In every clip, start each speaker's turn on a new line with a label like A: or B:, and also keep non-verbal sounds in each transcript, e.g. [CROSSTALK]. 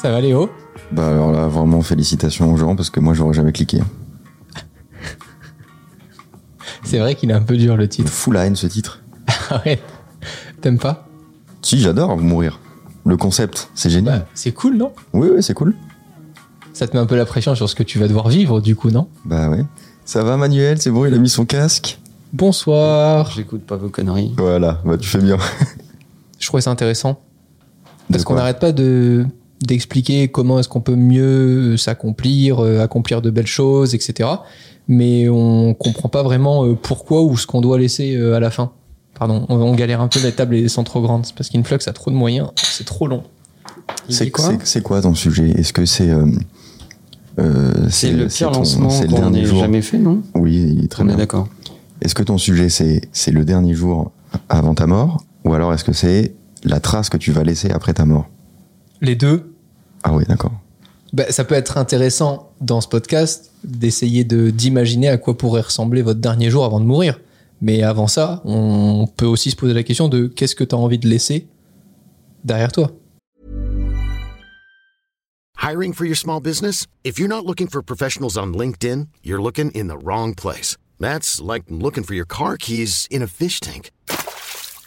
A: Ça va Léo
B: Bah alors là, vraiment félicitations aux gens parce que moi j'aurais jamais cliqué.
A: C'est vrai qu'il est un peu dur le
B: Il me
A: titre. [LAUGHS]
B: fout la haine ce titre.
A: Ah ouais. T'aimes pas
B: Si, j'adore mourir. Le concept, c'est génial.
A: Bah, C'est cool, non
B: Oui, oui, c'est cool.
A: Ça te met un peu la pression sur ce que tu vas devoir vivre, du coup, non
B: Bah ouais. Ça va Manuel, c'est bon, il a mis son casque.
A: Bonsoir.
C: J'écoute pas vos conneries.
B: Voilà, bah tu fais bien.
A: Je trouvais ça intéressant. Parce
B: De
A: qu'on
B: quoi
A: n'arrête pas de d'expliquer comment est-ce qu'on peut mieux s'accomplir, euh, accomplir de belles choses, etc. Mais on comprend pas vraiment euh, pourquoi ou ce qu'on doit laisser euh, à la fin. Pardon, on, on galère un peu, la table est sans trop grande. C'est parce qu'Influx a trop de moyens, c'est trop long.
C: Il
B: C'est
C: dit quoi
B: c'est- C'est quoi ton sujet Est-ce que c'est. euh, euh,
C: C'est le
B: c'est
C: pire
B: ton-
C: lancement
B: c'est le
C: qu'on
B: dernier
C: ait
B: jour.
C: jamais fait, non
B: Oui, il est très
C: On est
B: bien.
C: d'accord.
B: Est-ce que ton sujet c'est c'est le dernier jour avant ta mort ou alors est-ce que c'est la trace que tu vas laisser après ta mort
A: Les deux,
B: Ah oui, d'accord.
A: Bah, ça peut être intéressant dans ce podcast d'essayer de d'imaginer à quoi pourrait ressembler votre dernier jour avant de mourir. Mais avant ça, on peut aussi se poser la question de qu'est-ce que tu as envie de laisser derrière toi.
D: Hiring for your small business? If you're not looking for professionals on LinkedIn, you're looking in the wrong place. That's like looking for your car keys in a fish tank.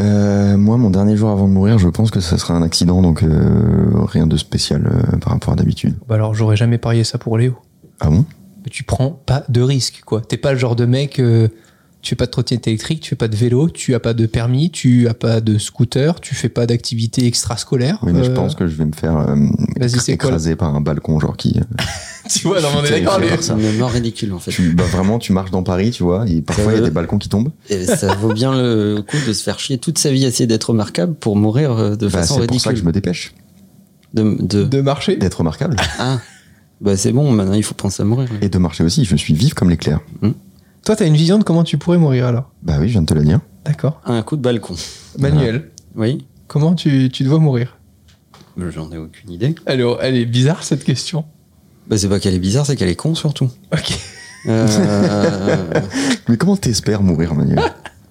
B: Euh, moi, mon dernier jour avant de mourir, je pense que ça sera un accident, donc euh, rien de spécial euh, par rapport à d'habitude.
A: Bah alors, j'aurais jamais parié ça pour Léo.
B: Ah bon
A: Mais tu prends pas de risque, quoi. T'es pas le genre de mec, euh, tu fais pas de trottinette électrique, tu fais pas de vélo, tu as pas de permis, tu as pas de scooter, tu fais pas d'activité extrascolaire.
B: Oui, mais je
A: Euh,
B: pense que je vais me faire euh,
A: Vas-y, c'est quoi
B: écraser par un balcon, genre qui.
A: [LAUGHS] Tu vois, non, mais on est
B: Putain,
A: d'accord,
B: il
A: Léo.
B: fait
C: C'est
B: ça.
C: une mort ridicule, en fait.
B: Tu, bah, vraiment, tu marches dans Paris, tu vois, et parfois il y a
C: Euh.
B: des balcons qui tombent.
C: Et ça vaut bien le coup de se faire chier toute sa vie à essayer d'être remarquable pour mourir euh, de
B: Bah,
C: façon
B: c'est pour ça que
C: ridicule.
B: je me dépêche
C: De, de-
A: De marcher
B: d'être remarquable
C: Ah, bah c'est bon, maintenant il faut penser à mourir.
B: et de marcher aussi. Je suis vif comme l'éclair.
A: Toi, t'as une vision de comment tu pourrais mourir alors.
B: Bah oui, je viens de te le dire.
A: D'accord.
C: Un coup de balcon.
A: Manuel.
C: Oui
A: Comment tu, tu dois mourir
C: J'en ai aucune idée.
A: Alors, elle est bizarre cette question.
C: Bah c'est pas qu'elle est bizarre, c'est qu'elle est con surtout.
A: Ok.
C: Euh,
B: [LAUGHS] Mais comment t'espères mourir, Manuel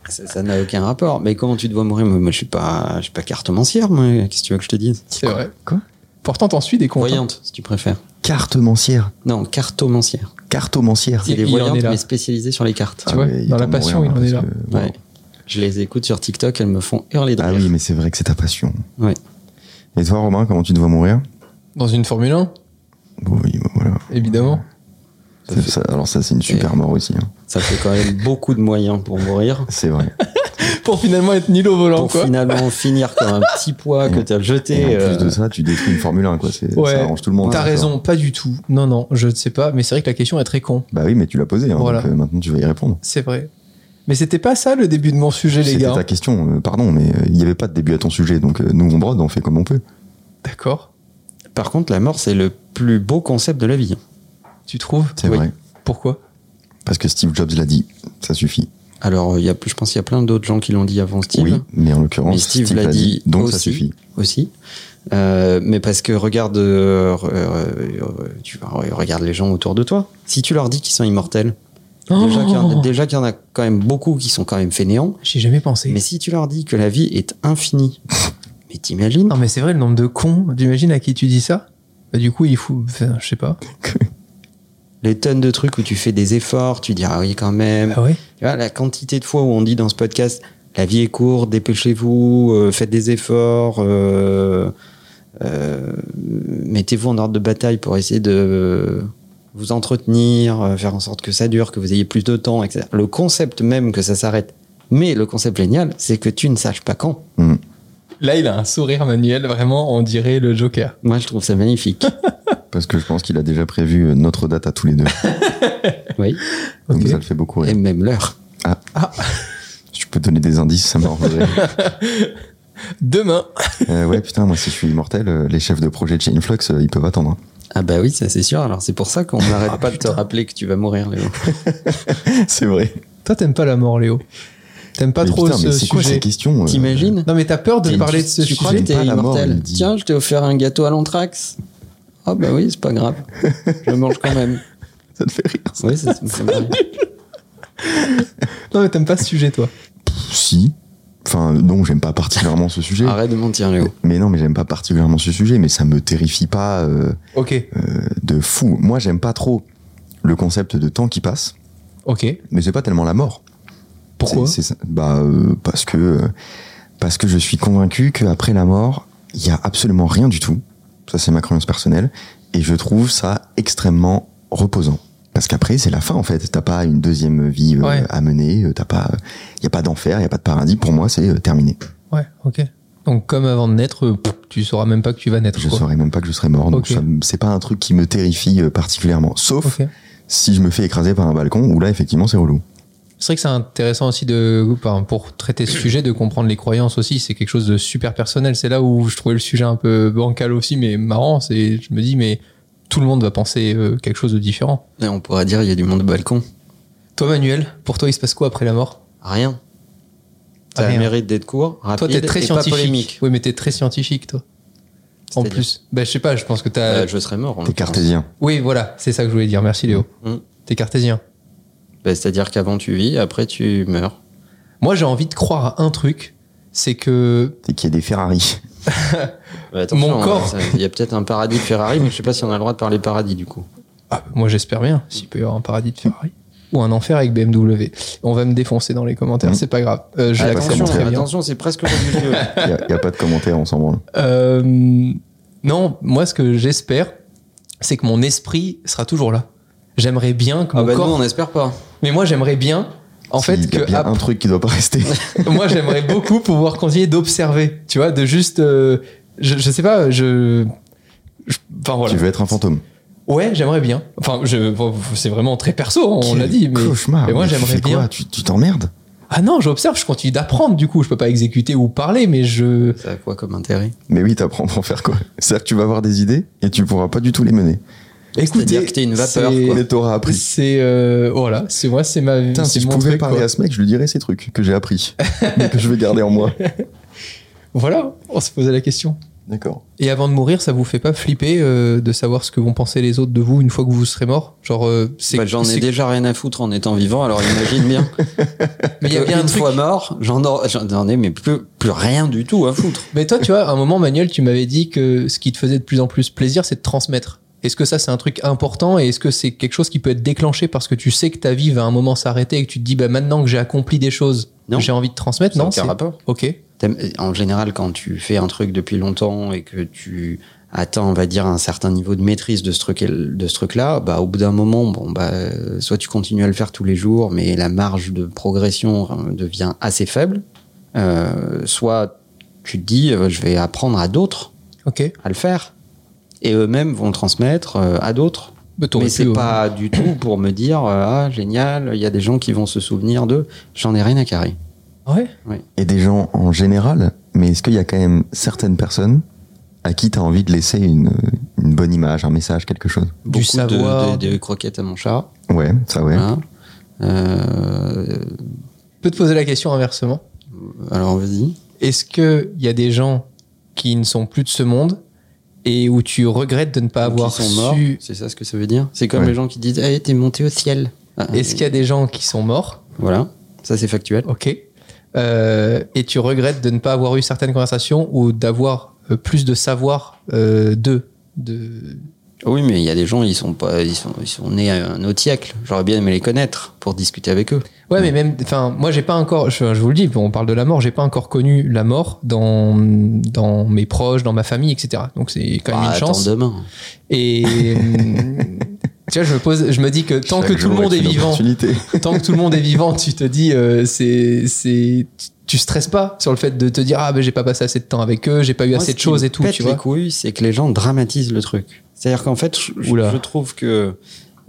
C: ça ça n'a aucun rapport. Mais comment tu dois mourir Moi moi, je suis pas, je suis pas cartomancière, moi. Qu'est-ce que tu veux que je te dise
A: C'est vrai.
B: Quoi
A: Pourtant, t'en suis des comptes.
C: Voyante, si tu préfères.
B: Cartomancière.
C: Non, cartomancière.
B: Cartomancière. Ah
C: C'est
A: Il-
C: des
A: il en est
C: voyantes,
A: là.
C: mais spécialisées sur les cartes.
A: vois, dans la passion,
B: hein,
A: il en est là.
C: Ouais. Je les écoute sur TikTok, elles me font hurler de
B: Ah
C: rire.
B: oui, mais c'est vrai que c'est ta passion.
C: Ouais.
B: Et toi, Romain, comment tu dois mourir
A: Dans une Formule 1,
B: Oui, bah, voilà.
A: évidemment.
C: Ça
B: Ça,
C: fait-
B: ça- alors ça, c'est une super mort aussi. hein.
C: Ça fait quand même [LAUGHS] beaucoup de moyens pour mourir.
B: C'est vrai.
A: Pour finalement être nul au volant,
C: Pour
A: quoi.
C: [LAUGHS] finalement finir comme un petit poids que t'as
B: Et,
C: jeté.
B: en plus
C: euh,
B: de ça, tu détruis une Formule 1, quoi. C'est-
A: Ouais.
B: Ça arrange tout le monde.
A: T'as
B: ça,
A: raison, pas du tout. Non, non, je ne sais pas, mais c'est vrai que la question est très con.
B: quoi. Bah oui, mais tu l'as posé. hein,
A: Voilà.
B: donc, euh, maintenant, tu vas y répondre.
A: C'est vrai. Mais c'était pas ça le début de mon sujet, les
B: C'était
A: gars.
B: ta question, euh, pardon, mais euh, il n'y avait pas de début à ton sujet, donc euh, nous on brode, on fait comme on peut.
A: D'accord.
C: Par contre, la mort, c'est le plus beau concept de la vie.
A: Tu trouves
B: C'est
C: Oui.
B: vrai.
A: Pourquoi
B: Parce que Steve Jobs l'a dit, ça suffit.
C: Alors, euh, il y a, je pense qu'il y a plein d'autres gens qui l'ont dit avant Steve.
B: Oui, mais en l'occurrence,
C: Mais Steve l'a dit
B: donc ça
C: aussi.
B: suffit.
C: aussi. Euh, mais parce que regarde, euh, re- re- re- tu vois, regarde les gens autour de toi. Si tu leur dis qu'ils sont immortels, déjà qu'il y en-
A: Oh,
C: déjà qu'il y en a quand même beaucoup qui sont quand même fainéants,
A: J'y ai jamais pensé.
C: mais si tu leur dis que la vie est [LAUGHS] infinie, mais t'imagines
A: Non, mais c'est vrai, le nombre de cons. T'imagines à qui tu dis ça Bah, du coup, il faut. Enfin, je sais pas.
C: les tonnes de trucs où tu fais des efforts, tu dis ah oui quand même.
A: Ah ouais
C: Tu vois, la quantité de fois où on dit dans ce podcast la vie est courte, dépêchez-vous, euh, faites des efforts, euh, euh, mettez-vous en ordre de bataille pour essayer de vous entretenir, euh, faire en sorte que ça dure, que vous ayez plus de temps, etc. Le concept même que ça s'arrête. Mais le concept génial, c'est que tu ne saches pas quand.
B: Mm.
A: Là, il a un sourire manuel, vraiment, on dirait le Joker.
C: Moi, je trouve ça magnifique.
B: Parce que je pense qu'il a déjà prévu euh, notre date à tous les deux.
C: oui.
B: donc
A: Ok.
B: ça le fait beaucoup
C: Et
B: rire.
C: même l'heure.
B: Si tu peux donner des indices, ça m'arrangerait.
A: Demain,
B: Euh, ouais, putain, moi si je suis immortel, euh, les chefs de projet de chez Influx, euh, ils peuvent attendre. hein.
C: Ah bah oui, ça c'est sûr. Alors c'est pour ça qu'on n'arrête pas de te rappeler que tu vas mourir, Léo.
B: c'est vrai.
A: Toi, t'aimes pas la mort, Léo. T'aimes pas
B: mais
A: trop
B: putain,
A: ce
B: mais c'est quoi
A: sujet.
B: ces questions euh,
C: T'imagines
A: non, mais t'as peur de
B: T'es-
A: parler de ce
C: Tu
A: sujet.
C: crois que t'es
B: pas la mort,
C: immortel
B: il dit.
C: Tiens, je t'ai offert un gâteau à l'anthrax. Ah bah oui, c'est pas grave. Je le mange quand même.
B: Ça te fait rire. ça
C: [LAUGHS] Oui, ça, ça me fait marrer.
A: Non, mais t'aimes pas ce sujet, toi.
B: Si. Enfin, non, j'aime pas particulièrement ce sujet.
C: Arrête de mentir, Léo.
B: Mais non, mais j'aime pas particulièrement ce sujet, mais ça me terrifie pas euh,
A: Ok,
B: euh, de fou. Moi, j'aime pas trop le concept de temps qui passe,
A: ok.
B: mais c'est pas tellement la mort.
A: Pourquoi
B: C'est- c'est ça. Bah, euh, parce que euh, parce que je suis convaincu qu'après la mort, il y a absolument rien du tout. Ça, c'est ma croyance personnelle, et je trouve ça extrêmement reposant. Parce qu'après, c'est la fin en fait. T'as pas une deuxième vie euh,
A: Ouais.
B: à mener. euh, T'as pas, il y a pas d'enfer, il y a pas de paradis. Pour moi, c'est euh, terminé.
A: Ouais, ok. Donc, comme avant de naître, euh, pff, tu sauras même pas que tu vas naître.
B: Je
A: quoi.
B: saurais même pas que je serais mort. Donc
A: Ok.
B: ça me- c'est pas un truc qui me terrifie euh, particulièrement. Sauf
A: Ok.
B: si je me fais écraser par un balcon, où là effectivement c'est relou.
A: C'est vrai que c'est intéressant aussi de, enfin, pour traiter ce sujet, de comprendre les croyances aussi. C'est quelque chose de super personnel. C'est là où je trouvais le sujet un peu bancal aussi, mais marrant. C'est, je me dis, mais tout le monde va penser euh, quelque chose de différent.
C: Et on pourrait dire, il y a du monde au balcon.
A: Toi, Manuel, pour toi, il se passe quoi après la mort
C: Rien. Ça
A: Rien.
C: mérite d'être court, rapide
A: Toi, t'es très
C: et pas
A: scientifique.
C: polémique.
A: Oui, mais t'es très scientifique, toi. En
C: C'est-à-dire
A: plus, bah, je sais pas. Je pense que t'as.
C: Bah, je serais mort. en
B: T'es
C: l'occurrence.
B: cartésien.
A: Oui, voilà, c'est ça que je voulais dire. Merci, Léo.
C: Mm.
A: T'es cartésien.
C: Bah, C'est-à-dire qu'avant tu vis, après tu meurs.
A: Moi, j'ai envie de croire à un truc, c'est que
B: T'es qu'il y a des Ferrari. [LAUGHS]
C: Bah, attention,
A: Mon corps.
C: ça- Il y a peut-être un paradis de Ferrari, mais je sais pas si on a le droit de parler paradis du coup.
A: Ah, moi j'espère bien, s'il peut y avoir un paradis de Ferrari. Ou un enfer avec BMW. On va me défoncer dans les commentaires,
B: Mhm.
A: c'est pas grave. Euh, je
B: Ah,
A: la
B: parce
A: comprends
B: qu'on
A: très
B: fait
A: bien.
C: Mm. attention, c'est
A: [LAUGHS]
C: presque religieux.
B: Il y, a- y a pas de commentaire, on s'en branle.
A: Euh, non, moi ce que j'espère, c'est que mon esprit sera toujours là. J'aimerais bien que
C: ah
A: mon
C: bah
A: corps.
C: non, on n'espère pas.
A: Mais moi j'aimerais bien, en fait,
B: Il y
A: que
B: a bien
A: ap-
B: un truc qui doit
A: [LAUGHS]
B: pas rester.
A: moi j'aimerais beaucoup pouvoir continuer d'observer. Tu vois, de juste, euh, je, je sais pas, je, je- enfin voilà.
B: Tu veux être un fantôme.
A: Ouais, j'aimerais bien. Enfin, je, c'est vraiment très perso, on
B: Quel
A: l'a dit. Mais,
B: Cauchemar.
A: mais moi
B: Mais tu
A: j'aimerais
B: fais
A: bien.
B: quoi Tu tu t'emmerdes.
A: Ah non, j'observe, je continue d'apprendre du coup. Je peux pas exécuter ou parler, mais je.
C: Ça a quoi comme intérêt
B: Mais oui, t'apprends pour en faire quoi C'est-à-dire que tu vas avoir des idées et tu pourras pas du tout les mener.
A: Écoutez,
C: que t'es une vapeur,
A: c'est-
C: quoi.
B: Mais t'auras appris.
A: C'est euh, voilà, c'est moi, c'est ma vie.
B: Putain, si je pouvais parler à ce mec, je lui dirais ces trucs que j'ai appris, mais que je vais garder
A: [LAUGHS]
B: en moi.
A: Voilà, on se posait la question.
B: D'accord.
A: Et avant de mourir, ça vous fait pas flipper euh, de savoir ce que vont penser les autres de vous une fois que vous serez mort Genre, euh, c'est.
C: Bah, J'en ai
A: c'est-
C: déjà rien à foutre en étant vivant, alors imagine bien.
A: [LAUGHS] Mais il y a
C: Que
A: bien un
C: une
A: truc.
C: fois mort, j'en or- j'en- j'en ai mais plus, plus rien du tout à foutre.
A: Mais toi, tu vois, à un moment, Manuel, tu m'avais dit que ce qui te faisait de plus en plus plaisir, c'est de transmettre. Est-ce que ça, c'est un truc important et est-ce que c'est quelque chose qui peut être déclenché parce que tu sais que ta vie va à un moment s'arrêter et que tu te dis, bah maintenant que j'ai accompli des choses,
C: Non.
A: j'ai envie de transmettre
C: Ça a
A: Non,
C: aucun
A: c'est-
C: rapport.
A: Ok.
C: T'aimes- En général, quand tu fais un truc depuis longtemps et que tu atteins, on va dire, un certain niveau de maîtrise de ce truc, de ce truc-là, bah, au bout d'un moment, bon, bah, euh, soit tu continues à le faire tous les jours, mais la marge de progression euh, devient assez faible, euh, soit tu te dis, euh, je vais apprendre à d'autres
A: Ok.
C: à le faire, et eux-mêmes vont le transmettre euh, à d'autres.
A: Bah, t'aurais
C: Mais
A: pu,
C: c'est
A: euh,
C: pas du tout pour me dire, euh, ah, génial, il y a des gens qui vont se souvenir d'eux. J'en ai rien à carrer.
A: Ouais.
B: Et des gens en général, mais est-ce qu'il y a quand même certaines personnes à qui t'as envie de laisser une, une bonne image, un message, quelque chose
A: Du
C: Beaucoup
A: savoir.
C: De, de- de croquettes à mon chat.
B: Ouais, ça
A: Ah.
B: ouais.
C: hein. Euh,
A: Je peux te poser la question inversement.
C: alors vas-y.
A: Est-ce qu'il y a des gens qui ne sont plus de ce monde et où tu regrettes de ne pas
C: Ou qui
A: avoir
C: sont morts,
A: su.
C: C'est ça ce que ça veut dire C'est comme
B: Ouais.
C: les gens qui disent, hey, t'es monté au ciel. Ah,
A: Est-ce qu'il y a des gens qui sont morts
C: Voilà, ça c'est factuel.
A: Ok. Euh, et tu regrettes de ne pas avoir eu certaines conversations ou d'avoir euh, plus de savoir euh, d'eux. De...
C: Oh Oui, mais il y a des gens, ils sont pas, ils sont, ils sont nés à un autre siècle. J'aurais bien aimé les connaître pour discuter avec eux.
A: Ouais, mais même, enfin, moi j'ai pas encore, je, je vous le dis, on parle de la mort, j'ai pas encore connu la mort dans, dans mes proches, dans ma famille, etc. Donc c'est quand même
C: Ah,
A: une
C: attends
A: chance.
C: demain.
A: Et hum, tu vois, je me pose, je me dis que tant
B: Chaque
A: que tout le
B: jour
A: monde est
B: une
A: vivant,
B: opportunité. [LAUGHS]
A: tant que tout le monde est vivant, tu te dis, euh, c'est, c'est, tu- tu stresses pas sur le fait de te dire, ah ben j'ai pas passé assez de temps avec eux, j'ai pas eu
C: Moi,
A: assez
C: ce
A: de
C: qui
A: choses
C: me
A: et tout,
C: pète
A: tu vois.
C: les couilles, c'est que les gens dramatisent le truc. C'est-à-dire qu'en fait, je, je-
A: Oula.
C: je trouve que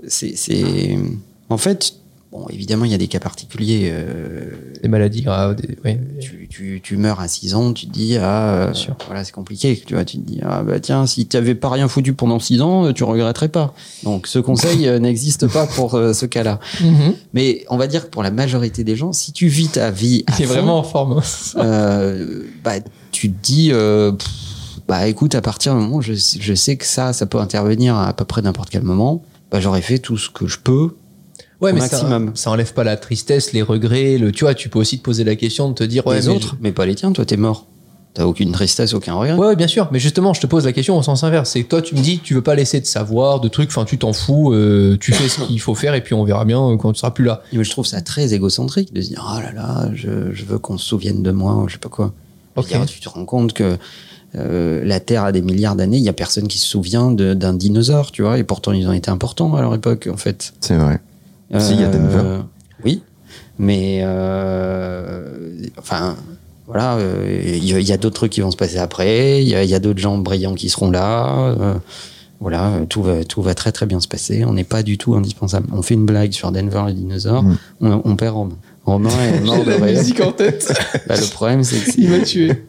C: c'est, c'est- en fait, Bon, évidemment, il y a des cas particuliers. euh,
A: Des maladies graves, des- oui.
C: tu, tu, tu meurs à 6 ans, tu te dis, ah, euh,
A: Bien sûr.
C: voilà, c'est compliqué. Tu, vois, tu te dis, ah, bah tiens, si tu n'avais pas rien foutu pendant 6 ans, euh, tu regretterais pas. Donc, ce conseil euh, n'existe pas pour euh, ce cas-là. Mais on va dire que pour la majorité des gens, si tu vis ta vie. à
A: [LAUGHS] [LAUGHS] Il est
C: fond,
A: vraiment en forme.
C: euh, bah, tu te dis, euh, pff, bah écoute, à partir du moment où je, je sais que ça, ça peut intervenir à, peu près n'importe quel moment, bah j'aurais fait tout ce que je peux.
A: Ouais,
C: Au
A: mais
C: maximum.
A: Ça, ça enlève pas la tristesse, les regrets, le, tu vois, tu peux aussi te poser la question de te dire, ouais,
C: les
A: mais
C: autres, mais pas les tiens, toi t'es mort. T'as aucune tristesse, aucun regret.
A: je- Ouais, ouais, bien sûr. Mais justement, je te pose la question au sens inverse. C'est que toi, tu me dis, tu veux pas laisser de savoir, de trucs, enfin, tu t'en fous, euh, tu fais ce qu'il faut faire et puis on verra bien euh, quand tu seras plus là.
C: Mais je trouve ça très égocentrique de se dire oh là là, je, je veux qu'on se souvienne de moi, ou je sais pas quoi. Je veux
A: Ok.
C: dire, tu te rends compte que euh, la Terre a des milliards d'années, il y a personne qui se souvient de- d'un dinosaure, tu vois, et pourtant ils ont été importants à leur époque, en fait.
B: C'est vrai. Si, il y a Denver.
C: Euh, Oui, mais euh, enfin, voilà, euh, il y a- il y a, d'autres trucs qui vont se passer après, il y a, il y a d'autres gens brillants qui seront là. euh, voilà, euh, tout va, tout va très très bien se passer. On n'est pas du tout indispensable. On fait une blague sur Denver et les dinosaures,
B: Mm.
C: on, on perd Romain. Romain est
B: [LAUGHS]
C: mort de rire.
A: en tête, [LAUGHS]
C: Bah, le problème, c'est que.
A: il m'a tué.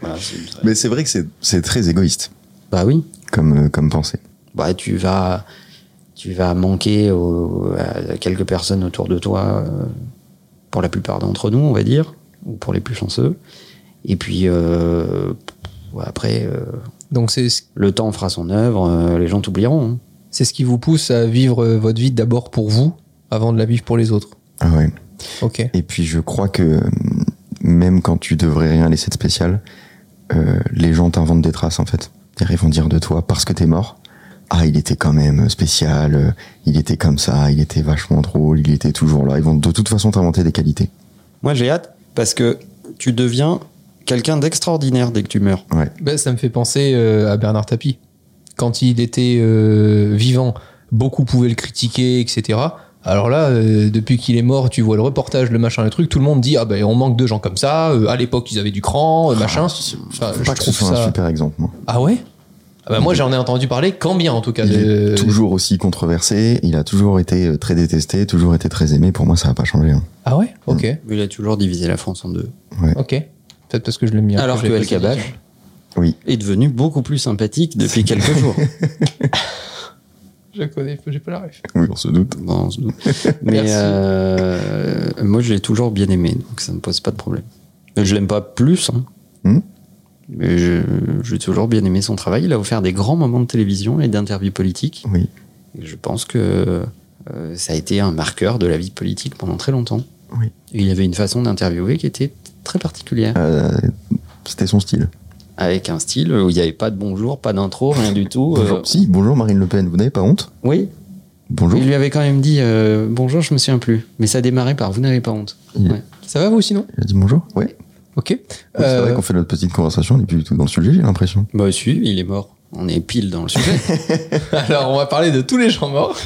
C: voilà, c'est-
B: Mais c'est vrai que c'est- c'est très égoïste
C: bah oui.
B: comme, euh, comme pensée.
C: bah, tu vas tu vas manquer au- à quelques personnes autour de toi euh, pour la plupart d'entre nous on va dire ou pour les plus chanceux et puis euh, ouais, après euh,
A: Donc, c'est ce
C: le temps fera son œuvre euh, les gens t'oublieront hein.
A: C'est ce qui vous pousse à vivre euh, votre vie d'abord pour vous, avant de la vivre pour les autres.
B: Ah ouais.
A: Ok.
B: Et puis je crois que euh, même quand tu devrais rien laisser de spécial, euh, les gens t'inventent des traces en fait. C'est-à-dire, Ils vont dire de toi parce que t'es mort. Ah, il était quand même spécial, euh, il était comme ça, il était vachement drôle, il était toujours là. Ils vont de toute façon t'inventer des qualités.
C: moi j'ai hâte parce que tu deviens quelqu'un d'extraordinaire dès que tu meurs
A: Ben, ça me fait penser euh, à Bernard Tapie. Quand il était euh, vivant, beaucoup pouvaient le critiquer, etc. Alors là, euh, depuis qu'il est mort, tu vois le reportage, le machin, le truc, tout le monde dit Ah ben on manque de gens comme ça, euh, à l'époque ils avaient du cran, euh, machin. Enfin,
B: Ah, Faut
A: je
B: pas que ce
A: trouve
B: soit un
A: ça.
B: super exemple. moi.
A: Ah ouais Ah ben, Moi j'en ai entendu parler, quand bien en tout cas.
B: Il
A: de-
B: est toujours aussi controversé, il a toujours été euh, très détesté, toujours été très aimé. Pour moi, ça n'a pas changé. hein.
A: Ah ouais Ok,
C: il a toujours divisé la France en deux
A: ok. Peut-être parce que je l'ai mis
C: alors que
A: j'ai
C: El
A: pas dit.
C: Kabach
B: Oui.
C: est devenu beaucoup plus sympathique depuis quelques [LAUGHS] jours
A: Je connais, j'ai pas la ref.
B: Oui, on se doute.
C: Bon, on
B: [LAUGHS]
C: se doute. Mais
A: Merci.
C: euh, moi, je l'ai toujours bien aimé, donc ça ne me pose pas de problème. Je l'aime pas plus, hein.
B: Hmm.
C: mais je- j'ai toujours bien aimé son travail. Il a offert des grands moments de télévision et d'interviews politiques.
B: Oui.
C: Et je pense que euh, ça a été un marqueur de la vie politique pendant très longtemps.
B: Oui.
C: Et il avait une façon d'interviewer qui était très particulière,
B: Euh, C'était son style.
C: avec un style où il n'y avait pas de bonjour, pas d'intro, rien du tout.
B: Bonjour.
C: Euh,
B: Si, bonjour Marine Le Pen, vous n'avez pas honte
C: oui,
B: Bonjour.
C: il lui avait quand même dit euh, bonjour, je me souviens plus. Mais ça démarrait par vous n'avez pas honte.
B: Il-
C: Ouais.
A: Ça va vous sinon
B: Il a dit bonjour Ouais.
A: Ok.
B: Oui, C'est vrai
A: Euh,
B: qu'on fait notre petite conversation, on n'est plus du tout dans le sujet, j'ai l'impression.
C: Bah si, il est mort. On est pile dans le sujet.
A: Alors, on va parler de tous les gens morts.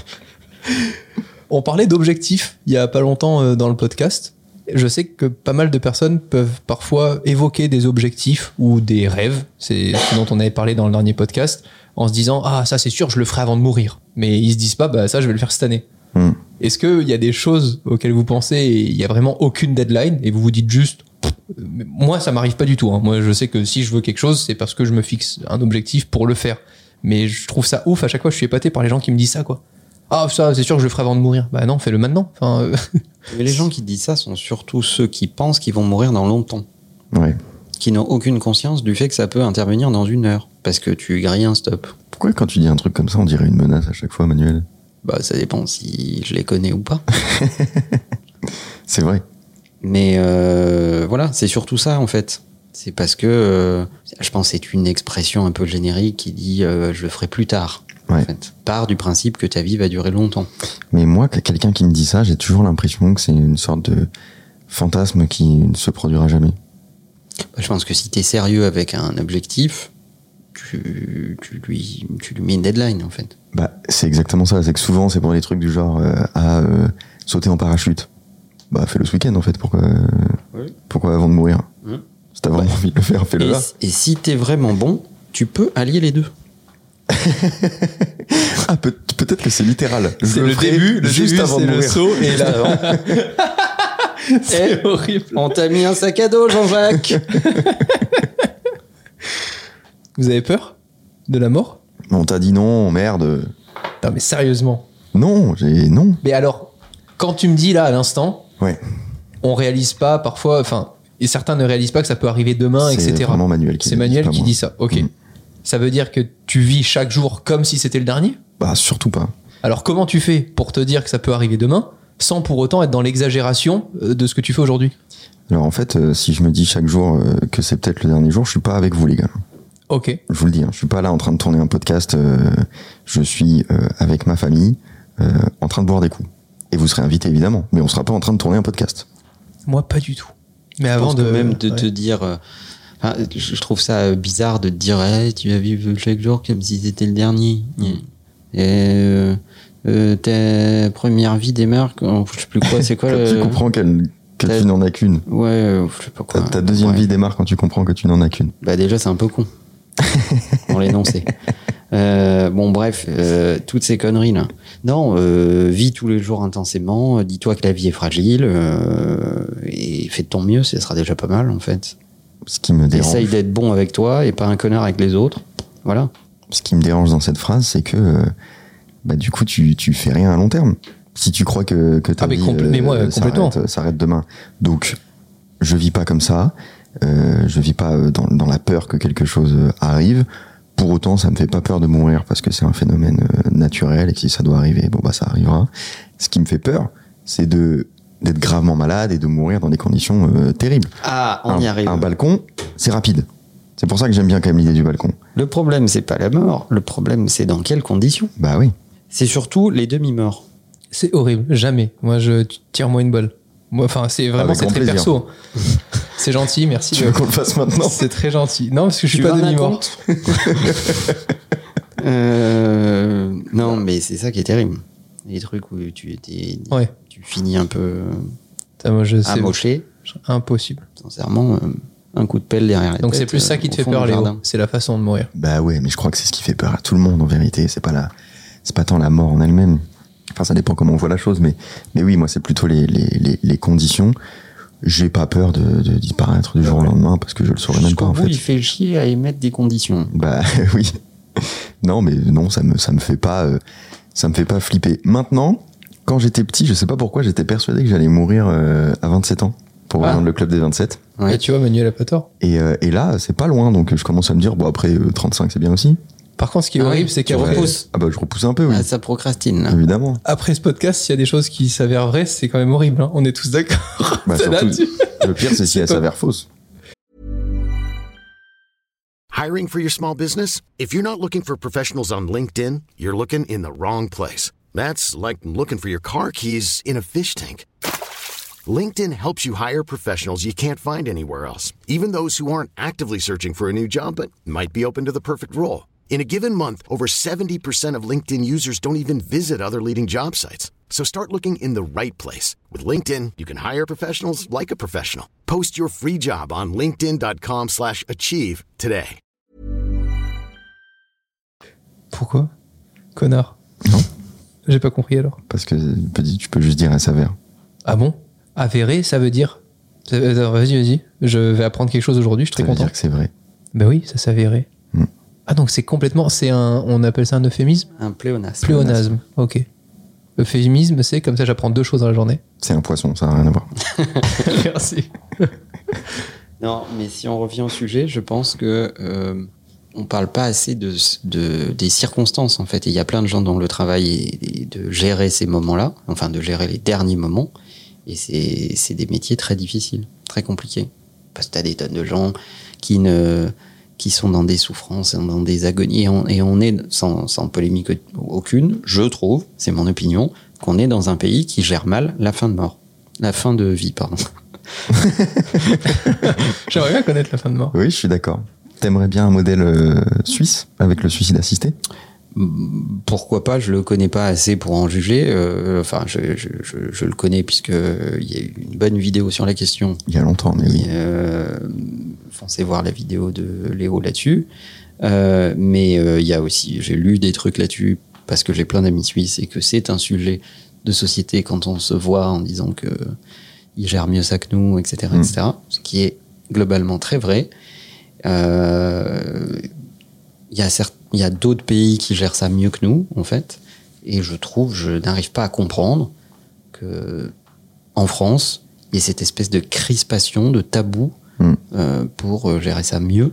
A: On parlait d'objectifs il y a pas longtemps euh, dans le podcast. Je sais que pas mal de personnes peuvent parfois évoquer des objectifs ou des rêves, c'est ce dont on avait parlé dans le dernier podcast, en se disant ah ça c'est sûr je le ferai avant de mourir, mais ils se disent pas bah ça je vais le faire cette année.
B: Hmm.
A: Est-ce qu'il y a des choses auxquelles vous pensez et il y a vraiment aucune deadline et vous vous dites juste Pff, euh, moi ça m'arrive pas du tout. hein. Moi je sais que si je veux quelque chose c'est parce que je me fixe un objectif pour le faire. Mais je trouve ça ouf, à chaque fois je suis épaté par les gens qui me disent ça, quoi. Ah, ça, c'est sûr que je le ferai avant de mourir. Bah non, fais-le maintenant. Enfin, euh,
C: Mais les gens qui disent ça sont surtout ceux qui pensent qu'ils vont mourir dans longtemps,
B: Ouais.
C: qui n'ont aucune conscience du fait que ça peut intervenir dans une heure, parce que tu grilles un stop.
B: Pourquoi quand tu dis un truc comme ça, on dirait une menace à chaque fois, Manuel
C: Bah ça dépend si je les connais ou pas.
B: C'est vrai.
C: Mais euh, voilà, c'est surtout ça en fait. C'est parce que euh, je pense que c'est une expression un peu générique qui dit euh, je le ferai plus tard. En
B: Ouais.
C: fait. Part du principe que ta vie va durer longtemps.
B: Mais moi, que- quelqu'un qui me dit ça, j'ai toujours l'impression que c'est une sorte de fantasme qui ne se produira jamais.
C: Bah, Je pense que si tu es sérieux avec un objectif, tu, tu lui, tu lui mets une deadline en fait.
B: Bah, c'est exactement ça. C'est que souvent, c'est pour des trucs du genre euh, à euh, sauter en parachute. Bah, fais-le ce week-end en fait. Pourquoi, euh,
C: Oui.
B: pourquoi avant de mourir
A: Mmh.
C: Hmm.
B: Si t'as vraiment envie de le faire, fais-le
C: Et,
B: là.
C: et si t'es vraiment bon, tu peux allier les deux.
B: Ah, peut- peut-être que c'est littéral. Je
A: C'est le
B: ferai
A: début, le
B: juste
A: début,
B: avant
A: c'est
B: de
A: le
B: mourir.
A: saut et l'avant. [LAUGHS] c'est
C: Eh,
A: horrible.
C: On t'a mis un sac à dos, [LAUGHS] Jean-Jacques.
A: Vous avez peur de la mort
B: On t'a dit non, merde.
A: Non, mais sérieusement.
B: Non, j'ai non.
A: Mais alors, quand tu me dis là à l'instant,
B: Ouais.
A: on réalise pas parfois, enfin, et certains ne réalisent pas que ça peut arriver demain,
B: c'est
A: etc.
B: vraiment Manuel qui
A: C'est
B: le
A: Manuel
B: pas
A: qui
B: moi.
A: dit ça. Ok.
B: Mm.
A: Ça veut dire que tu vis chaque jour comme si c'était le dernier
B: Bah surtout pas.
A: Alors comment tu fais pour te dire que ça peut arriver demain sans pour autant être dans l'exagération euh, de ce que tu fais aujourd'hui
B: Alors en fait, euh, si je me dis chaque jour euh, que c'est peut-être le dernier jour, je suis pas avec vous les gars.
A: Ok.
B: Je vous le dis, hein, je suis pas là en train de tourner un podcast. euh, je suis euh, avec ma famille, euh, en train de boire des coups. Et vous serez invité évidemment, mais on sera pas en train de tourner un podcast.
A: Moi, pas du tout. Mais
C: Je
A: avant
C: pense
A: de.
C: que même de
A: ouais.
C: te dire. euh, enfin, je je trouve ça euh, bizarre de te dire Eh, tu as vivre chaque jour comme si c'était le dernier.
B: Mm.
C: Et euh, euh, ta première vie démarre. quand- Je sais plus quoi, c'est
B: [LAUGHS]
C: quoi
B: Quand
C: le-
A: euh,
B: tu comprends qu'elle- que
C: t'as-
B: tu n'en as qu'une.
C: Ouais, euh, je sais pas
B: Ta,
C: quoi.
B: ta deuxième
C: Ouais.
B: vie démarre quand tu comprends que tu n'en as qu'une.
C: Bah déjà, c'est un peu [LAUGHS] con. Pour l'énoncer. Euh, bon, bref, euh, toutes ces conneries là. Non, euh, vis tous les jours intensément. euh, Dis-toi que la vie est fragile euh, et fais de ton mieux. Ce sera déjà pas mal en fait.
B: Ce qui me dérange.
C: Essaye d'être bon avec toi et pas un connard avec les autres. Voilà.
B: ce qui me dérange dans cette phrase, c'est que euh, bah, du coup, tu, tu fais rien à long terme. Si tu crois que, que ta
A: Ah, mais
B: vie euh,
A: compl- mais moi, complètement.
B: s'arrête- s'arrête demain. Donc, je vis pas comme ça. Euh, je vis pas euh, dans, dans la peur que quelque chose euh, arrive. Pour autant, ça me fait pas peur de mourir parce que c'est un phénomène euh, naturel et que si ça doit arriver, bon bah ça arrivera. Ce qui me fait peur, c'est de d'être gravement malade et de mourir dans des conditions euh, terribles.
C: Ah, on
B: un,
C: y arrive.
B: Un balcon, c'est rapide. C'est pour ça que j'aime bien quand même l'idée du balcon.
C: Le problème, c'est pas la mort. Le problème, c'est dans quelles conditions.
B: Bah oui.
C: C'est surtout les demi-morts.
A: C'est horrible. Jamais. Moi, je tire-moi une balle. Moi, enfin, c'est
C: Ah,
A: vraiment
B: Avec
A: c'est
B: grand
A: très
B: plaisir.
A: perso. hein. c'est gentil, merci.
B: Tu
A: de-
B: veux qu'on le fasse
A: [LAUGHS]
B: maintenant
A: C'est très gentil. Non, parce que je suis
C: Tu
A: pas
C: veux un
A: demi-mort.
C: acompte Euh, non, mais c'est ça qui est terrible. Les trucs où tu, t'es-
A: Ouais.
C: tu finis un peu euh,
A: Putain, Ah, moi,
C: Ah,
A: je- c'est
C: amoché.
A: impossible.
C: Sincèrement, euh, un coup de pelle derrière la
A: Donc
C: tête,
A: c'est plus ça
C: euh,
A: qui te
C: au
A: fait
C: fond
A: peur,
C: du
A: Léo.
C: jardin.
A: C'est la façon de mourir.
B: Bah ouais, mais je crois que c'est ce qui fait peur à tout le monde en vérité. C'est pas la, c'est pas tant la mort en elle-même. Enfin, ça dépend comment on voit la chose, mais mais oui, moi c'est plutôt les les, les, les conditions. J'ai pas peur de, de disparaître du jour au lendemain parce que je le saurais même pas
C: Jusqu'au
B: en
C: bout, il
B: fait.
C: fait chier à émettre des conditions.
B: Bah [LAUGHS] oui. Non, mais non, ça me ça me fait pas euh, ça me fait pas flipper. Maintenant, quand j'étais petit, je sais pas pourquoi j'étais persuadé que j'allais mourir euh, à 27 ans pour
C: Ah.
B: rejoindre le club des 27.
C: Ouais.
A: Et tu vois, Manuel a pas tort.
B: Et, euh, et là, c'est pas loin, donc je commence à me dire bon après euh, 35 c'est bien aussi.
A: Par contre, ce qui est
C: Ah oui,
A: horrible, c'est
C: tu
A: qu'après
C: repousses.
B: Ah bah je repousse un peu, oui.
C: Ah, ça procrastine.
A: [LAUGHS]
C: là.
B: Évidemment.
A: après ce podcast, s'il y a des choses qui s'avèrent vraies, c'est quand même horrible. hein. On est tous d'accord
B: Bah, surtout,
A: là-dessus.
B: le pire, c'est si elle
A: pas-
B: s'avère fausse.
D: Hiring for your small business? If you're not looking for professionals on LinkedIn, you're looking in the wrong place. That's like looking for your car keys in a fish tank. LinkedIn helps you hire professionals you can't find anywhere else, even those who aren't actively searching for a new job but might be open to the perfect role. In a given month, over 70% of LinkedIn users don't even visit other leading job sites. So start looking in the right place. With LinkedIn, you can hire professionals like a professional. Post your free job on linkedin.com/achieve slash achieve today.
A: Pourquoi Connard.
B: Non.
A: J'ai pas compris alors.
B: Parce que petit, tu peux juste dire elle s'avère.
A: Ah bon Avéré, ça veut dire. Ça- euh, Vas-y, vas-y. Je vais apprendre quelque chose aujourd'hui, je suis très
B: Ça veut
A: content.
B: dire que c'est vrai.
A: Ben oui, ça s'avérait.
B: Hmm.
A: Ah donc c'est complètement. c'est un, On appelle ça un euphémisme
C: Un pléonasme.
A: Pléonasme. Ok. Euphémisme, c'est comme ça j'apprends deux choses dans la
B: [LAUGHS]
A: journée.
B: C'est un poisson, ça n'a rien à voir.
A: Merci.
C: Non, mais si on revient au sujet, je pense que euh, on parle pas assez de, de- des circonstances en fait. Et il y a plein de gens dont le travail est, est de gérer ces moments-là, enfin de gérer les derniers moments. Et c'est c'est des métiers très difficiles, très compliqués, parce que t'as des tonnes de gens qui ne qui sont dans des souffrances, dans des agonies, et on, et on est sans, sans polémique aucune, je trouve, c'est mon opinion, qu'on est dans un pays qui gère mal la fin de mort, la fin de vie, pardon.
A: J'aimerais bien connaître la fin de mort.
B: Oui, je suis d'accord. T'aimerais bien un modèle euh, suisse avec le suicide assisté
C: pourquoi pas, je le connais pas assez pour en juger. euh, enfin, je, je, je, je le connais puisque euh, il y a eu une bonne vidéo sur la question.
B: Il y a longtemps, mais oui.
C: Euh, foncez voir la vidéo de Léo là-dessus. Euh, mais euh, il y a aussi, j'ai lu des trucs là-dessus parce que j'ai plein d'amis suisses et que c'est un sujet de société quand on se voit en disant que ils gèrent mieux ça que nous, etc.,
B: Mm.
C: etc. Ce qui est globalement très vrai. Euh, Il y a certes- il y a d'autres pays qui gèrent ça mieux que nous, en fait. Et je trouve, je n'arrive pas à comprendre que en France, il y ait cette espèce de crispation, de tabou
B: Mm.
C: euh, pour euh, gérer ça mieux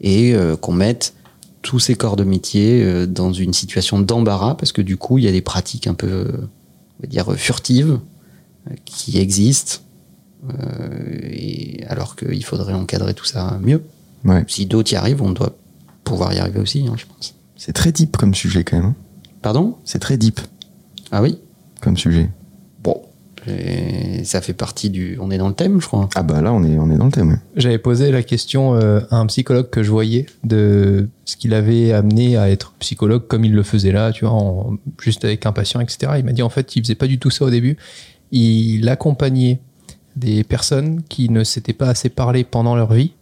C: et euh, qu'on mette tous ces corps de métier euh, dans une situation d'embarras parce que du coup, il y a des pratiques un peu, euh, on va dire, euh, furtives euh, qui existent. euh, et alors qu'il faudrait encadrer tout ça mieux.
B: Ouais.
C: Si d'autres y arrivent, on doit pouvoir y arriver aussi, hein, je pense.
B: C'est très deep comme sujet quand même. hein.
C: Pardon
B: C'est très deep
C: Ah oui
B: comme sujet.
C: Bon, et ça fait partie du. On est dans le thème, je crois.
B: Ah bah là, on est, on est dans le thème. ouais.
A: J'avais posé la question euh, à un psychologue que je voyais de ce qu'il avait amené à être psychologue comme il le faisait là, tu vois, en- juste avec un patient, etc. Il m'a dit en fait, il faisait pas du tout ça au début. Il accompagnait des personnes qui ne s'étaient pas assez parlé pendant leur vie,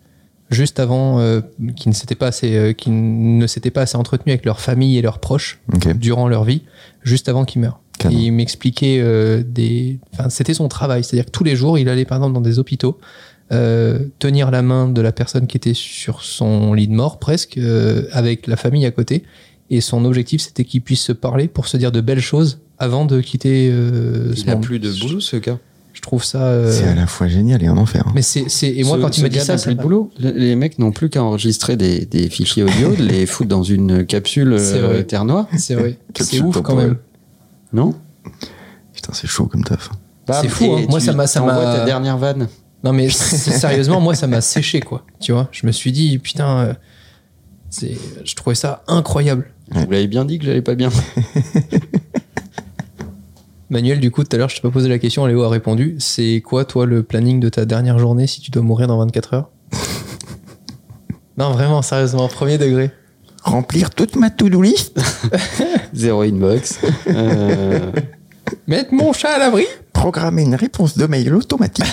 A: juste avant, euh, qui ne s'étaient pas assez, euh, qui ne s'étaient pas assez entretenues avec leur famille et leurs proches
B: Ok.
A: durant leur vie, juste avant qu'ils meurent. Et
B: Canon.
A: il m'expliquait euh, des. Enfin, c'était son travail. C'est-à-dire que tous les jours, il allait par exemple dans des hôpitaux euh, tenir la main de la personne qui était sur son lit de mort presque, euh, avec la famille à côté. Et son objectif, c'était qu'ils puissent se parler pour se dire de belles choses avant de quitter. euh, ce
C: Il n'a
A: monde.
C: plus de boulot, ce gars.
A: Je trouve ça. euh,
B: C'est à la fois génial et un enfer. hein.
A: Mais c'est. c'est- Et moi,
C: Ce-
A: quand
C: ce
A: il m'a dit
C: gars
A: ça,
C: n'a
A: ça
C: plus de
A: m'a-
C: boulot. Le- Les mecs n'ont plus qu'à enregistrer des, des fichiers audio, de les foutre dans une capsule
A: [LAUGHS] C'est vrai.
C: euh, Terre Noire,
A: C'est
C: [LAUGHS]
A: vrai. C'est
B: Capsule
A: ouf quand
B: temporelle.
A: même.
C: non
B: Putain, c'est chaud comme taf.
A: C'est fou, hein.
C: et
A: Moi,
C: tu
A: ça m'a- ça
C: t'envoies
A: m'a-
C: ta dernière vanne.
A: Non
C: [LAUGHS]
A: mais s- sérieusement, moi ça m'a séché quoi. Tu vois, je me suis dit putain, euh, c'est, je trouvais ça incroyable.
B: Ouais.
C: Vous l'avez bien dit que j'allais pas bien. [LAUGHS]
A: Manuel, du coup, tout à l'heure, je t'ai pas posé la question, Léo a répondu. C'est quoi toi le planning de ta dernière journée si tu dois mourir dans 24 [LAUGHS] heures Non vraiment, sérieusement, premier degré.
B: Remplir toute ma to-do list,
C: Zéro inbox. Euh,
A: Mettre mon chat à l'abri
B: programmer une réponse de mail
A: [LAUGHS]
B: automatique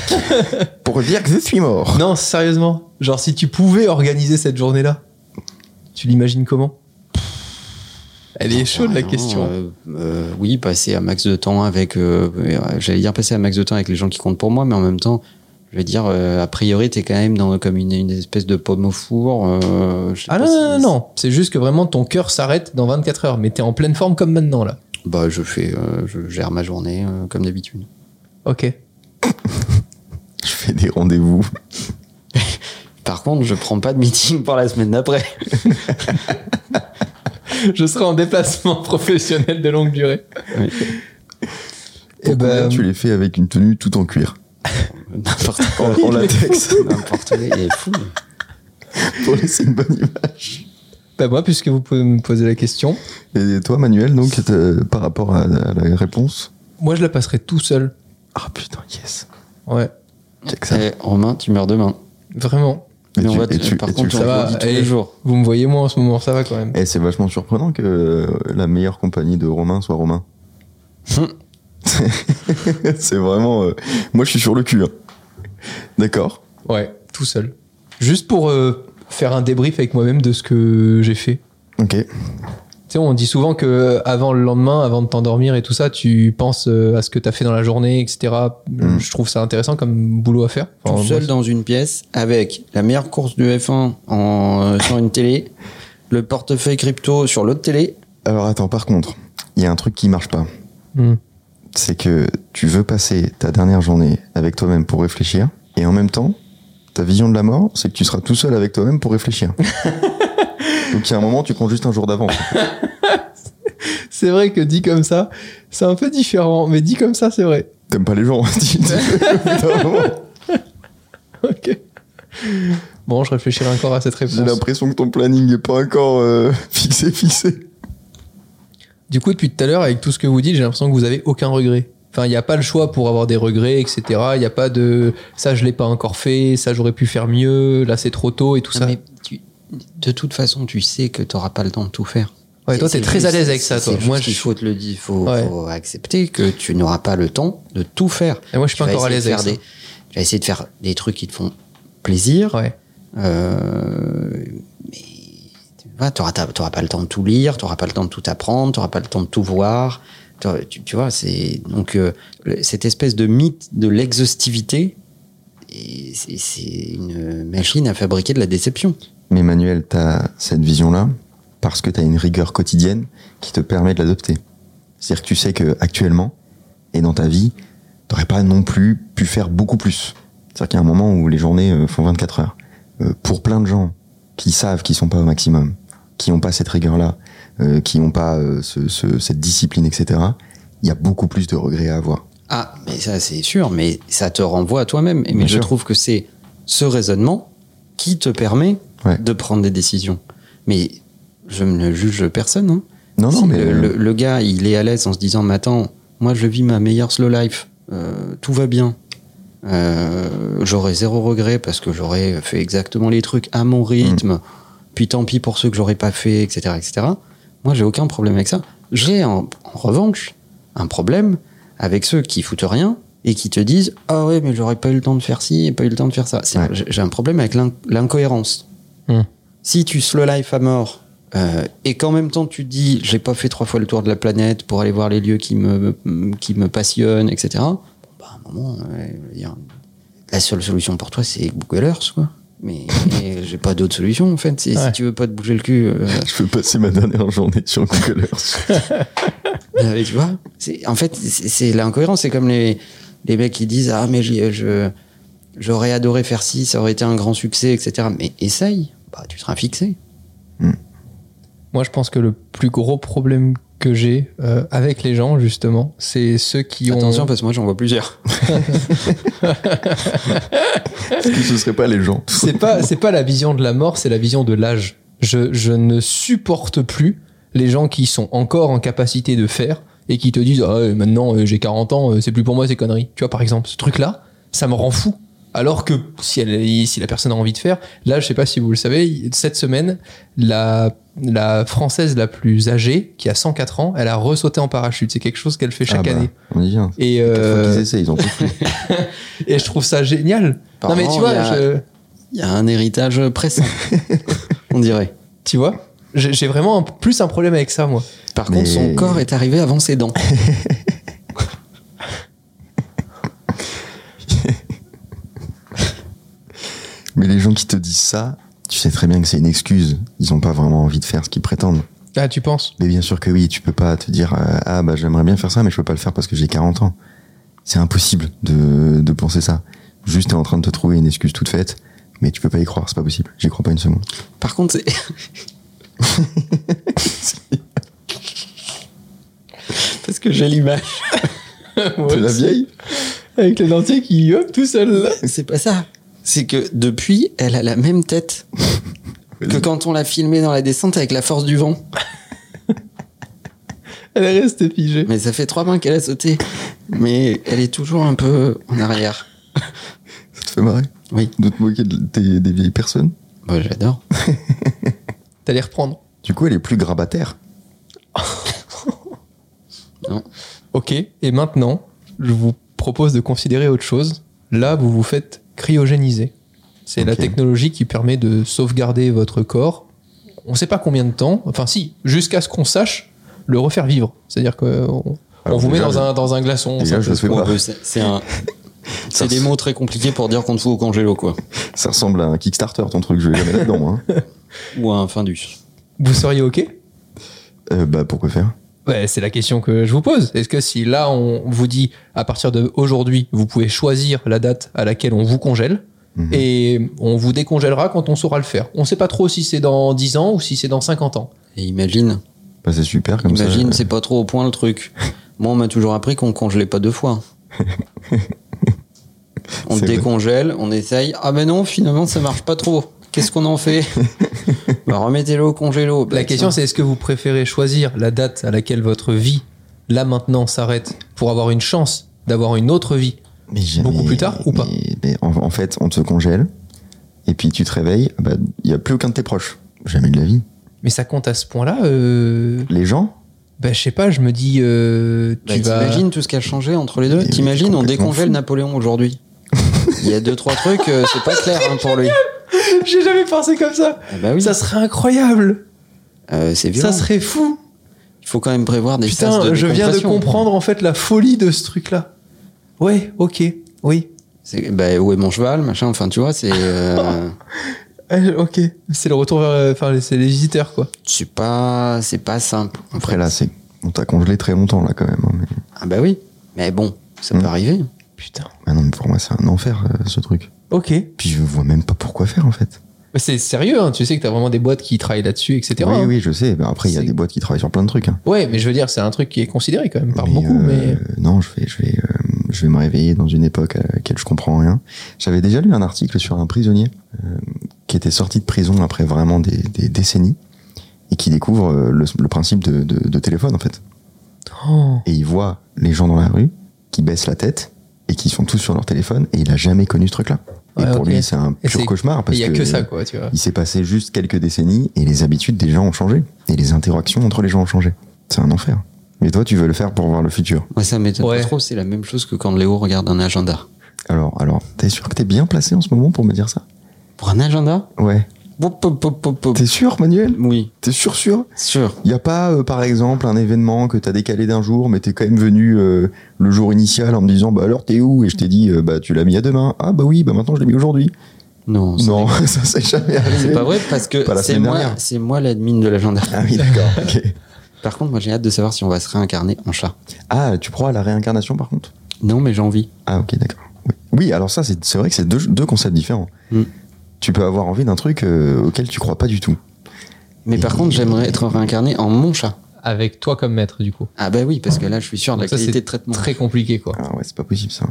B: pour dire que je suis mort.
A: Non, sérieusement, genre si tu pouvais organiser cette journée-là, tu l'imagines comment Elle est [LAUGHS] chaude la
C: non,
A: question.
C: euh, euh, oui, passer un max de temps avec. euh, euh, J'allais dire passer un max de temps avec les gens qui comptent pour moi, mais en même temps, je vais dire, euh, a priori, t'es quand même dans comme une, une espèce de pomme au four. euh, je sais
A: Ah
C: pas
A: non,
C: si-
A: non, non, non, c'est juste que vraiment ton cœur s'arrête dans 24 heures, mais t'es en pleine forme comme maintenant là.
C: Bah, je fais, euh, je gère ma journée euh, comme d'habitude.
A: Ok.
B: Je fais des rendez-vous.
C: Par contre, je prends pas de meeting pour la semaine d'après.
A: [LAUGHS] je serai en déplacement [LAUGHS] professionnel de longue durée.
C: Oui.
A: Eh
B: Pourquoi
A: ben,
B: tu les fais avec une tenue tout en
C: [LAUGHS]
B: cuir
C: N'importe
B: En,
C: quoi.
B: en
C: [LAUGHS]
B: latex.
C: N'importe quoi. Il est fou.
B: pour laisser une bonne image.
A: bah moi, puisque vous pouvez me poser la question,
B: Et toi, Manuel, donc, t'as- par rapport à, à la réponse
A: moi je la passerai tout seul.
B: Ah putain, yes.
A: Ouais,
B: Check ça.
C: Eh, Romain, tu meurs demain.
A: vraiment.
B: Et
C: Mais on
B: tu-
C: va
B: et
C: te-
B: tu-
C: par
B: et tu
C: contre, on
A: fais.
B: le
C: le
A: Ça
C: dit
A: va,
C: tous
A: eh.
C: les jours.
A: Vous me voyez moi en ce moment, ça va quand même.
B: Eh, c'est vachement surprenant que euh, la meilleure compagnie de Romain soit Romain.
C: Hum.
B: [LAUGHS] c'est vraiment. euh, moi, je suis sur le cul. hein. D'accord.
A: Ouais, tout seul. Juste pour euh, faire un débrief avec moi-même de ce que j'ai fait.
B: Ok.
A: Tu sais, on dit souvent que euh, avant le lendemain, avant de t'endormir et tout ça, tu penses euh, à ce que t'as fait dans la journée, etc.
B: Mm.
A: Je trouve ça intéressant comme boulot à faire. Enfin, moi,
C: tout seul dans une pièce avec la meilleure course du F1 en, euh, sur une télé, le portefeuille crypto sur l'autre télé.
B: Alors, attends, par contre, il y a un truc qui marche pas.
A: Mm.
B: C'est que tu veux passer ta dernière journée avec toi-même pour réfléchir, et en même temps, ta vision de la mort, c'est que tu seras tout seul avec toi-même pour réfléchir. Donc, il y a un moment, tu prends juste un jour d'avance.
A: C'est vrai que dit comme ça, c'est un peu différent, mais dit comme ça, c'est vrai. [LAUGHS]
B: T'aimes pas les gens. [LAUGHS] tu- tu- Putain, vraiment.
A: Ok. Bon, je réfléchirai encore à cette
B: J'ai
A: réponse.
B: l'impression que ton planning est pas encore euh, fixé, fixé.
A: Du coup, depuis tout à l'heure, avec tout ce que vous dites, j'ai l'impression que vous avez aucun regret. Enfin, il n'y a pas le choix pour avoir des regrets, etc. Il n'y a pas de ça, je l'ai pas encore fait, ça, j'aurais pu faire mieux, là, c'est trop tôt et tout ça.
C: mais tu- de toute façon, tu sais que tu n'auras pas le temps de tout faire.
A: Ouais,
C: C'est-
A: toi, t'es
C: c'est
A: très
C: juste-
A: à l'aise avec ça,
C: c'est
A: toi.
C: juste
A: Moi,
C: qu'il
A: je,
C: faut te le dire, faut,
A: Ouais.
C: faut accepter que tu n'auras pas le temps de tout faire.
A: et moi, je suis
C: Tu
A: pas
C: vas
A: encore à
C: essayer
A: l'aise
C: de
A: avec ça.
C: faire des- Tu vas essayer de faire des trucs qui te font plaisir.
A: Ouais.
C: Euh, mais voilà, tu n'auras pas le temps de tout lire, tu n'auras pas le temps de tout apprendre, tu n'auras pas le temps de tout voir. T'auras- Tu, tu vois, c'est donc euh, le- cette espèce de mythe de l'exhaustivité, et c'est- c'est une machine à fabriquer de la déception.
B: Mais Manuel, tu as cette vision-là parce que tu as une rigueur quotidienne qui te permet de l'adopter. C'est-à-dire que tu sais que actuellement et dans ta vie, t'aurais pas non plus pu faire beaucoup plus. C'est-à-dire qu'il y a un moment où les journées euh, font 24 heures. Euh, pour plein de gens qui savent qu'ils sont pas au maximum, qui n'ont pas cette rigueur-là, euh, qui n'ont pas euh, ce- ce- cette discipline, etc., il y a beaucoup plus de regrets à avoir.
C: Ah, mais ça c'est sûr, mais ça te renvoie à toi-même. Et Mais
B: Bien
C: je
B: sûr.
C: trouve que c'est ce raisonnement qui te permet
B: Ouais.
C: de prendre des décisions. Mais je ne juge personne. hein.
B: Non, non,
C: Si
B: mais
C: le,
B: euh,
C: le- le gars, il est à l'aise en se disant, mais attends, moi je vis ma meilleure slow life, Euh, tout va bien. Euh, j'aurai zéro regret parce que j'aurais fait exactement les trucs à mon
B: Mm.
C: rythme. Puis tant pis pour ceux que j'aurais pas fait, etc., etc. Moi, j'ai aucun problème avec ça. J'ai en, en revanche un problème avec ceux qui foutent rien et qui te disent ah ouais mais j'aurais pas eu le temps de faire ci et pas eu le temps de faire ça. C'est-
B: Ouais.
C: j'ai- J'ai un problème avec l'in- l'incohérence.
A: Hmm.
C: Si tu slow life à mort euh, et qu'en même temps tu te dis j'ai pas fait trois fois le tour de la planète pour aller voir les lieux qui me qui me passionnent etc. Bon, bah, à un moment, euh, je veux dire, la seule solution pour toi c'est Google Earth quoi. Mais mais [LAUGHS] j'ai pas d'autre solution en fait. C'est- Si
A: Ouais.
C: tu veux pas te bouger le cul. euh,
B: je veux passer ma dernière journée sur Google
C: [LAUGHS]
B: Earth.
C: Euh, tu vois c'est, En fait, c'est, c'est l'incohérence. C'est comme les, les mecs qui disent Ah, mais j'y- je, j'aurais adoré faire ci, ça aurait été un grand succès, etc. Mais essaye, bah, tu seras fixé.
A: Moi, je pense que le plus gros problème que j'ai euh, avec les gens, justement, c'est ceux qui ont.
C: Attention, parce que moi, j'en vois plusieurs.
B: Est-ce que ce serait pas les gens
A: c'est pas c'est pas la vision de la mort, c'est la vision de l'âge. Je, je ne supporte plus les gens qui sont encore en capacité de faire et qui te disent ah euh, maintenant euh, j'ai 40 ans, euh, c'est plus pour moi ces conneries. Tu vois par exemple, ce truc là, ça me rend fou. Alors que si, elle, si la personne a envie de faire, là je sais pas si vous le savez, cette semaine, la, la française la plus âgée, qui a 104 ans, elle a ressauté en parachute. C'est quelque chose qu'elle fait chaque
B: Ah bah,
A: année.
B: On y vient.
A: Et,
B: Quatre fois
A: euh,
B: qu'ils essaient, ils ont plus.
A: et je trouve ça génial.
C: Par
A: non mais
C: an,
A: tu vois,
C: il y a-
A: je-
C: Il y a un héritage [LAUGHS] pressant, on dirait.
A: tu vois, j'ai j'ai vraiment un- plus un problème avec ça moi.
C: Par
B: Mais-
C: contre, son corps est arrivé avant ses dents.
B: Mais les gens qui te disent ça, tu sais très bien que c'est une excuse. Ils n'ont pas vraiment envie de faire ce qu'ils prétendent.
A: Ah, tu penses
B: Mais bien sûr que oui, tu peux pas te dire euh, ah bah j'aimerais bien faire ça, mais je peux pas le faire parce que j'ai 40 ans. C'est impossible de, de penser ça. Juste t'es en train de te trouver une excuse toute faite, mais tu peux pas y croire, c'est pas possible. J'y crois pas une seconde.
C: Par contre, c'est. Parce que j'ai [LAUGHS] l'image.
A: Ouais, c'est- Avec les dentiers qui hop tout seul là.
C: C'est pas ça. C'est que depuis, elle a la même [LAUGHS] tête que quand on l'a filmée dans la descente avec la force du vent.
A: Elle est restée figée.
C: Mais ça fait trois mois qu'elle a sauté. Mais elle est toujours un peu en arrière.
B: Ça te fait marrer
C: Oui.
B: de te moquer de- des, des vieilles personnes.
C: Moi, j'adore.
A: T'allais reprendre.
B: Du coup, elle est plus grabataire.
A: Ok, et maintenant, je vous propose de considérer autre chose. Là, vous vous faites cryogéniser. C'est la
B: Ok.
A: technologie qui permet de sauvegarder votre corps. On ne sait pas combien de temps, enfin si, jusqu'à ce qu'on sache le refaire vivre. C'est-à-dire qu'on on
B: Alors,
A: vous met
B: déjà,
A: dans
B: je-
A: un, dans un glaçon. ça
B: déjà, je
A: peut
B: le
A: se
B: fais
A: voir.
B: pas.
C: C'est
B: [LAUGHS]
C: c'est un.
B: Ça
C: C'est des mots très compliqués pour dire qu'on te fout au congélo, quoi.
B: Ça ressemble à un Kickstarter, ton truc. Je vais jamais là-dedans. Hein.
A: [LAUGHS]
C: Ou à un findus.
A: Vous seriez OK
B: Euh, bah pourquoi faire
A: Ouais, c'est la question que je vous pose. Est-ce que si là on vous dit à partir de aujourd'hui, vous pouvez choisir la date à laquelle on vous congèle
B: Mhm.
C: Mmh.
A: et on vous décongèlera quand on saura le faire. On sait pas trop si c'est dans 10 ans ou si c'est dans 50 ans.
C: Et imagine,
B: Bah c'est super comme
C: imagine,
B: ça.
C: c'est pas trop au point le truc.
B: [LAUGHS]
C: Moi, on m'a toujours appris qu'on congelait pas deux fois. On
B: C'est
C: te
B: vrai.
C: décongèle, on essaye. Ah ben non, finalement, ça marche pas trop. Qu'est-ce qu'on
B: [LAUGHS]
C: en fait bah, Remettez-le au congélo.
A: La question c'est est-ce que vous préférez choisir la date à laquelle votre vie là maintenant s'arrête pour avoir une chance d'avoir une autre vie
B: Mais j'ai-
A: Beaucoup
B: mais-
A: plus tard ou pas
B: mais- mais en, en fait, on te congèle et puis tu te réveilles, bah, il n'y a plus aucun de tes proches. Jamais de la vie.
A: Mais ça compte à ce point-là euh...
B: Les gens
A: Ben je sais pas, je me dis euh,
C: Bah,
A: tu vas [LAUGHS]
C: T'imagines tout ce qui a changé entre les deux
B: Mais oui,
C: T'imagines, on
B: complètement
C: décongèle
B: fou. [LAUGHS]
C: Napoléon aujourd'hui Il y a deux, trois trucs, euh, c'est pas clair hein, pour lui.
A: J'ai jamais pensé comme ça.
C: Ah bah oui.
A: Ça serait incroyable.
C: Euh, c'est violent.
A: Ça serait fou.
C: Il faut quand même prévoir des phases
A: Putain,
C: de
A: je viens de
C: décompression.
A: comprendre en fait la folie de ce truc-là. Ouais, ok, oui.
C: C'est- bah, où est mon cheval, machin. Enfin, tu vois, c'est.
A: [LAUGHS]
C: euh,
A: Eh, Ok, c'est le retour vers, euh, enfin, c'est les visiteurs quoi.
C: c'est pas, c'est pas simple. en
B: Après
C: fait.
B: là, c'est on t'a congelé très longtemps là quand même. hein, mais-
C: Ah bah oui. Mais bon, ça
B: Mm.
C: peut arriver.
A: Putain.
B: Ah non, mais pour moi c'est un enfer euh, ce truc.
A: Ok.
B: Puis je vois même pas pourquoi faire en fait.
A: Mais c'est sérieux, hein, tu sais que t'as vraiment des boîtes qui travaillent là-dessus, etc.
B: oui,
A: hein.
B: oui, je sais. Ben, après, il y a
A: C'est-
B: des boîtes qui travaillent sur plein de trucs. hein.
A: Ouais, mais je veux dire, c'est un truc qui est considéré quand même par
B: Mais,
A: beaucoup,
B: euh,
A: mais
B: non, je vais, je vais, euh, je vais me réveiller dans une époque à laquelle je comprends rien. J'avais déjà lu un article sur un prisonnier euh, qui était sorti de prison après vraiment des, des décennies et qui découvre euh, le, le principe de, de- de téléphone en fait.
A: Oh,
B: Et il voit les gens dans la rue qui baissent la tête et qui sont tous sur leur téléphone et il a jamais connu ce truc-là. et
A: Ouais,
B: pour
A: ok.
B: lui, c'est un
A: Et
B: pur
A: c'est-
B: cauchemar
A: il
B: parce
A: y a que ça quoi, tu vois.
B: il s'est passé juste quelques décennies et les habitudes des gens ont changé et les interactions entre les gens ont changé. C'est un enfer. Mais toi, tu veux le faire pour voir le futur.
C: Moi, ça m'étonne
A: Ouais.
C: pas trop. C'est la même chose que quand Léo regarde un agenda.
B: Alors, alors, t'es sûr que t'es bien placé en ce moment pour me dire ça
C: Pour un agenda
B: Ouais.
C: Pop, pop, pop, pop, pop.
B: T'es sûr, Manuel
C: Oui,
B: T'es sûr, sûr
C: sûr.
B: Y a pas, euh, par exemple, un événement que t'as décalé d'un jour, mais t'es quand même venu euh, le jour initial en me disant, bah alors t'es où Et je t'ai dit, euh, bah tu l'as mis à demain. Ah bah oui, bah maintenant je l'ai mis aujourd'hui.
C: Non, c'est-
B: Non, [LAUGHS] ça c'est jamais arrivé.
C: c'est pas vrai parce que
B: Pas la
C: c'est
B: semaine
C: moi,
B: dernière.
C: c'est moi l'admin de l'agenda.
B: Ah oui, d'accord.
C: [LAUGHS]
B: ok.
C: Par contre, moi, j'ai hâte de savoir si on va se réincarner en chat.
B: Ah, tu crois à la réincarnation par contre
C: Non, mais j'ai envie.
B: Ah ok d'accord. Oui, Oui, alors ça c'est c'est vrai que c'est deux, deux concepts différents.
C: Mm.
B: Tu peux avoir envie d'un truc euh, auquel tu crois pas du tout.
C: Mais par contre, j'aimerais être réincarné en mon chat.
A: Avec toi comme maître du coup.
C: Ah bah oui, parce que là, je suis sûr de la
A: Donc ça,
C: qualité
A: c'est
C: de traitement.
A: Très compliqué quoi.
B: Ah ouais c'est pas possible ça.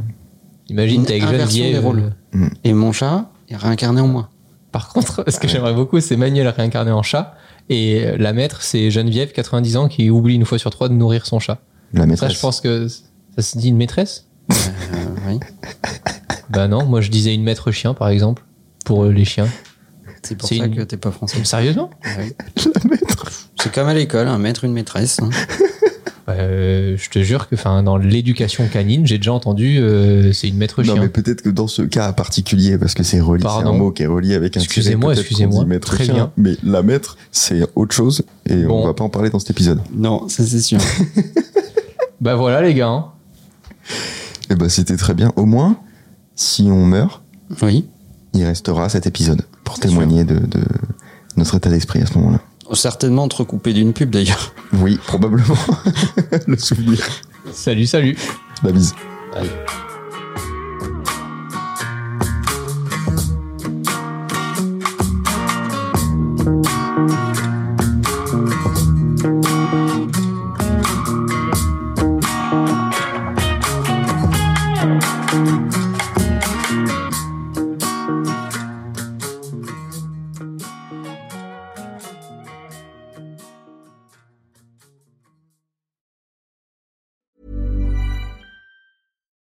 A: Imagine
C: Une
A: t'es avec
C: inversion des
A: Geneviève.
C: rôles.
A: euh,
C: Et mon chat est réincarné en moi.
A: Par contre, [LAUGHS] ce que j'aimerais beaucoup, c'est Manuel réincarné en chat. Et euh, la maître, c'est Geneviève, 90 ans, qui oublie une fois sur trois de nourrir son chat.
B: La
A: Ça,
B: maîtresse.
A: je pense que ça se dit une maîtresse
C: Euh, oui.
A: Bah non, moi je disais une maître chien, par exemple, pour euh, les chiens.
C: C'est pour
A: C'est
C: ça
A: une-
C: que t'es pas français.
A: Sérieusement
C: Ouais.
B: [LAUGHS] La maîtresse.
C: C'est comme à l'école, un maître, une maîtresse. hein.
A: Euh, Je te jure que 'fin, dans l'éducation canine, j'ai déjà entendu euh, c'est une maître
B: Non
A: chien.
B: mais peut-être que dans ce cas particulier parce que c'est relié, c'est
A: Pardon.
B: un mot qui est relié avec un. tiret,
A: Excusez-moi,
B: peut-être qu'on
A: excusez-moi.
B: dit maître
A: Très
B: chien.
A: bien.
B: Mais la maître c'est autre chose et
A: Bon.
B: on va pas en parler dans cet épisode.
C: Non, ça c'est sûr.
A: Bah voilà, les gars. hein.
B: Et bah c'était très bien. Au moins si on meurt,
C: Oui.
B: il restera cet épisode pour
C: C'est
B: témoigner de, de notre état d'esprit à ce moment-là.
C: Oh, Certainement entrecoupé d'une pub d'ailleurs.
B: Oui
A: [LAUGHS]
B: probablement le souvenir.
A: Salut, salut.
B: La bise.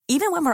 E: Even when we're